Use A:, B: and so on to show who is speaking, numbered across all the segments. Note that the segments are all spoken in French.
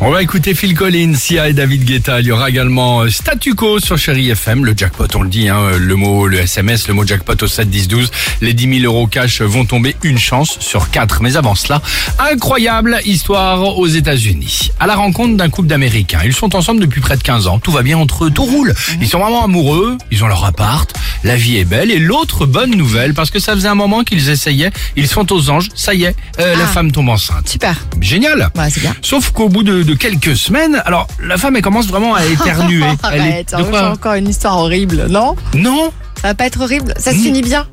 A: On va écouter Phil Collins, Sia et David Guetta. Il y aura également euh, Statu Quo sur Chéri FM. Le jackpot, on le dit, hein, euh, le mot, le SMS, le mot jackpot au 7 10 12. Les 10 000 euros cash vont tomber une chance sur quatre. Mais avant cela, incroyable histoire aux États-Unis. À la rencontre d'un couple d'Américains. Ils sont ensemble depuis près de 15 ans. Tout va bien entre eux, tout roule. Ils sont vraiment amoureux. Ils ont leur appart. La vie est belle. Et l'autre bonne nouvelle, parce que ça faisait un moment qu'ils essayaient. Ils sont aux anges. Ça y est, euh, la
B: Ah.
A: femme tombe enceinte.
B: Super.
A: Génial.
B: Ouais, c'est bien.
A: Sauf qu'au bout de, de quelques semaines, alors la femme elle commence vraiment à éternuer. Elle est-
B: Arrête,
A: de
B: hein,
A: quoi
B: c'est encore une histoire horrible, non
A: Non.
B: Ça va pas être horrible Ça se
A: Mm.
B: finit bien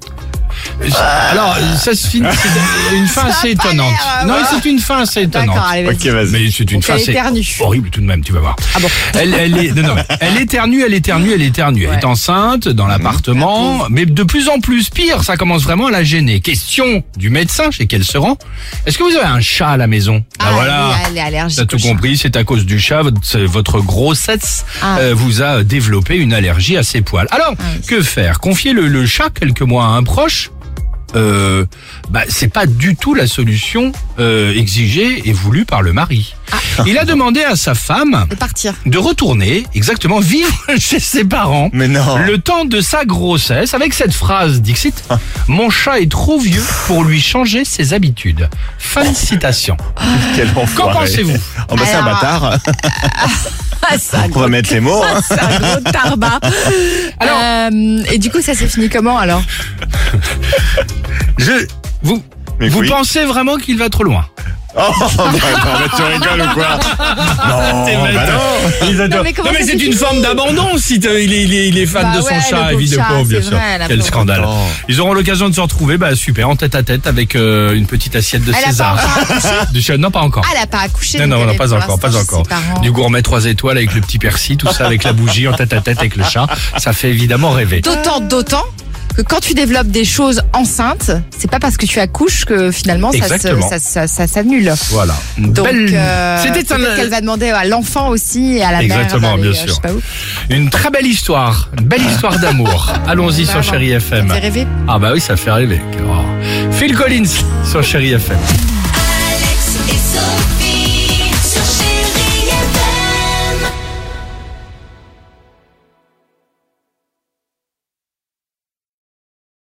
A: Alors ça se finit. C'est une fin assez
B: Ah. pas
A: étonnante.
B: l'air,
A: Non,
B: ouais.
A: c'est une fin assez étonnante.
B: D'accord, allez, vas-y.
C: Ok, vas-y.
A: Mais c'est une
B: Donc,
A: fin
B: elle
A: assez
B: éternue.
A: horrible tout de même, tu vas voir.
B: Ah bon
A: Elle, elle est, non, non, mais elle éternue, elle éternue, elle éternue. Elle est
B: Ouais. Mhm.
A: enceinte dans l'appartement, mais de plus en plus pire, ça commence vraiment à la gêner. Question du médecin chez qui elle se rend. Est-ce que vous avez un chat à la maison Ah,
B: Ah, oui, Elle est allergique.
A: T'as tout
B: au chat.
A: compris, c'est à cause du chat, votre- c'est votre grossesse
B: Ah.
A: euh, vous a développé une allergie à ses poils. Alors, que faire Confier le, le chat quelques mois à un proche euh, bah, c'est pas du tout la solution euh, exigée et voulue par le mari. Il a demandé à sa femme
B: De partir.
A: de retourner exactement vivre chez ses parents
C: Mais non.
A: le temps de sa grossesse avec cette phrase Dixit Mon chat est trop vieux pour lui changer ses habitudes. Fin de citation.
C: Quel enfoiré.
A: Qu'en pensez-vous
C: Oh bah c'est un
B: Alors,
C: bâtard.
B: Ah, ça,
C: On va mettre les mots. hein.
B: c'est un gros tarbat.
A: Alors-
B: Euh, et du coup, ça s'est fini comment alors
A: Je. Vous.
C: Mais
A: vous
C: oui.
A: pensez vraiment qu'il va trop loin
C: Oh bah, bah, bah, tu rigoles ou quoi Non.
A: T'es
C: bah
A: bête.
C: non.
B: Non, mais comment ça s'est fini
A: d'abandon si t'as- il est, il est- il est fan
B: Bah ouais, le pauvre chat, c'est vrai, la
A: Quel
B: pauvre.
A: scandale.
C: Oh.
A: Ils auront l'occasion de se retrouver, bah super, en tête à tête avec euh, une petite assiette de
B: Elle a pas
A: César. Du chat, non, pas encore.
B: Ah, elle a pas accouché.
A: Non,
B: donc
A: non,
B: elle
A: non,
B: est
A: pas
B: pour
A: encore, pas
B: l'instant chez
A: encore.
B: ses parents.
A: Du gourmet trois étoiles avec le petit persil, tout ça avec la bougie en tête à tête avec le chat, ça fait évidemment rêver.
B: D'autant, d'autant que quand tu développes des choses enceintes, c'est pas parce que tu accouches que finalement ça se-
A: Exactement.
B: ça- ça- ça s'annule.
A: Voilà. Une
B: Donc,
A: belle-
B: euh,
A: C'était un-
B: peut-être qu'elle va demander à l'enfant aussi et à la
A: Exactement,
B: mère. d'aller,
A: bien
B: euh,
A: sûr.
B: Je sais pas où.
A: une très belle histoire, une belle histoire d'amour. Allons-y sur
B: Vraiment.
A: Chéri
B: Ça
A: FM.
B: me fait rêver.
A: Ah bah oui, ça fait rêver. Quelle horreur. Phil Collins sur Chéri FM.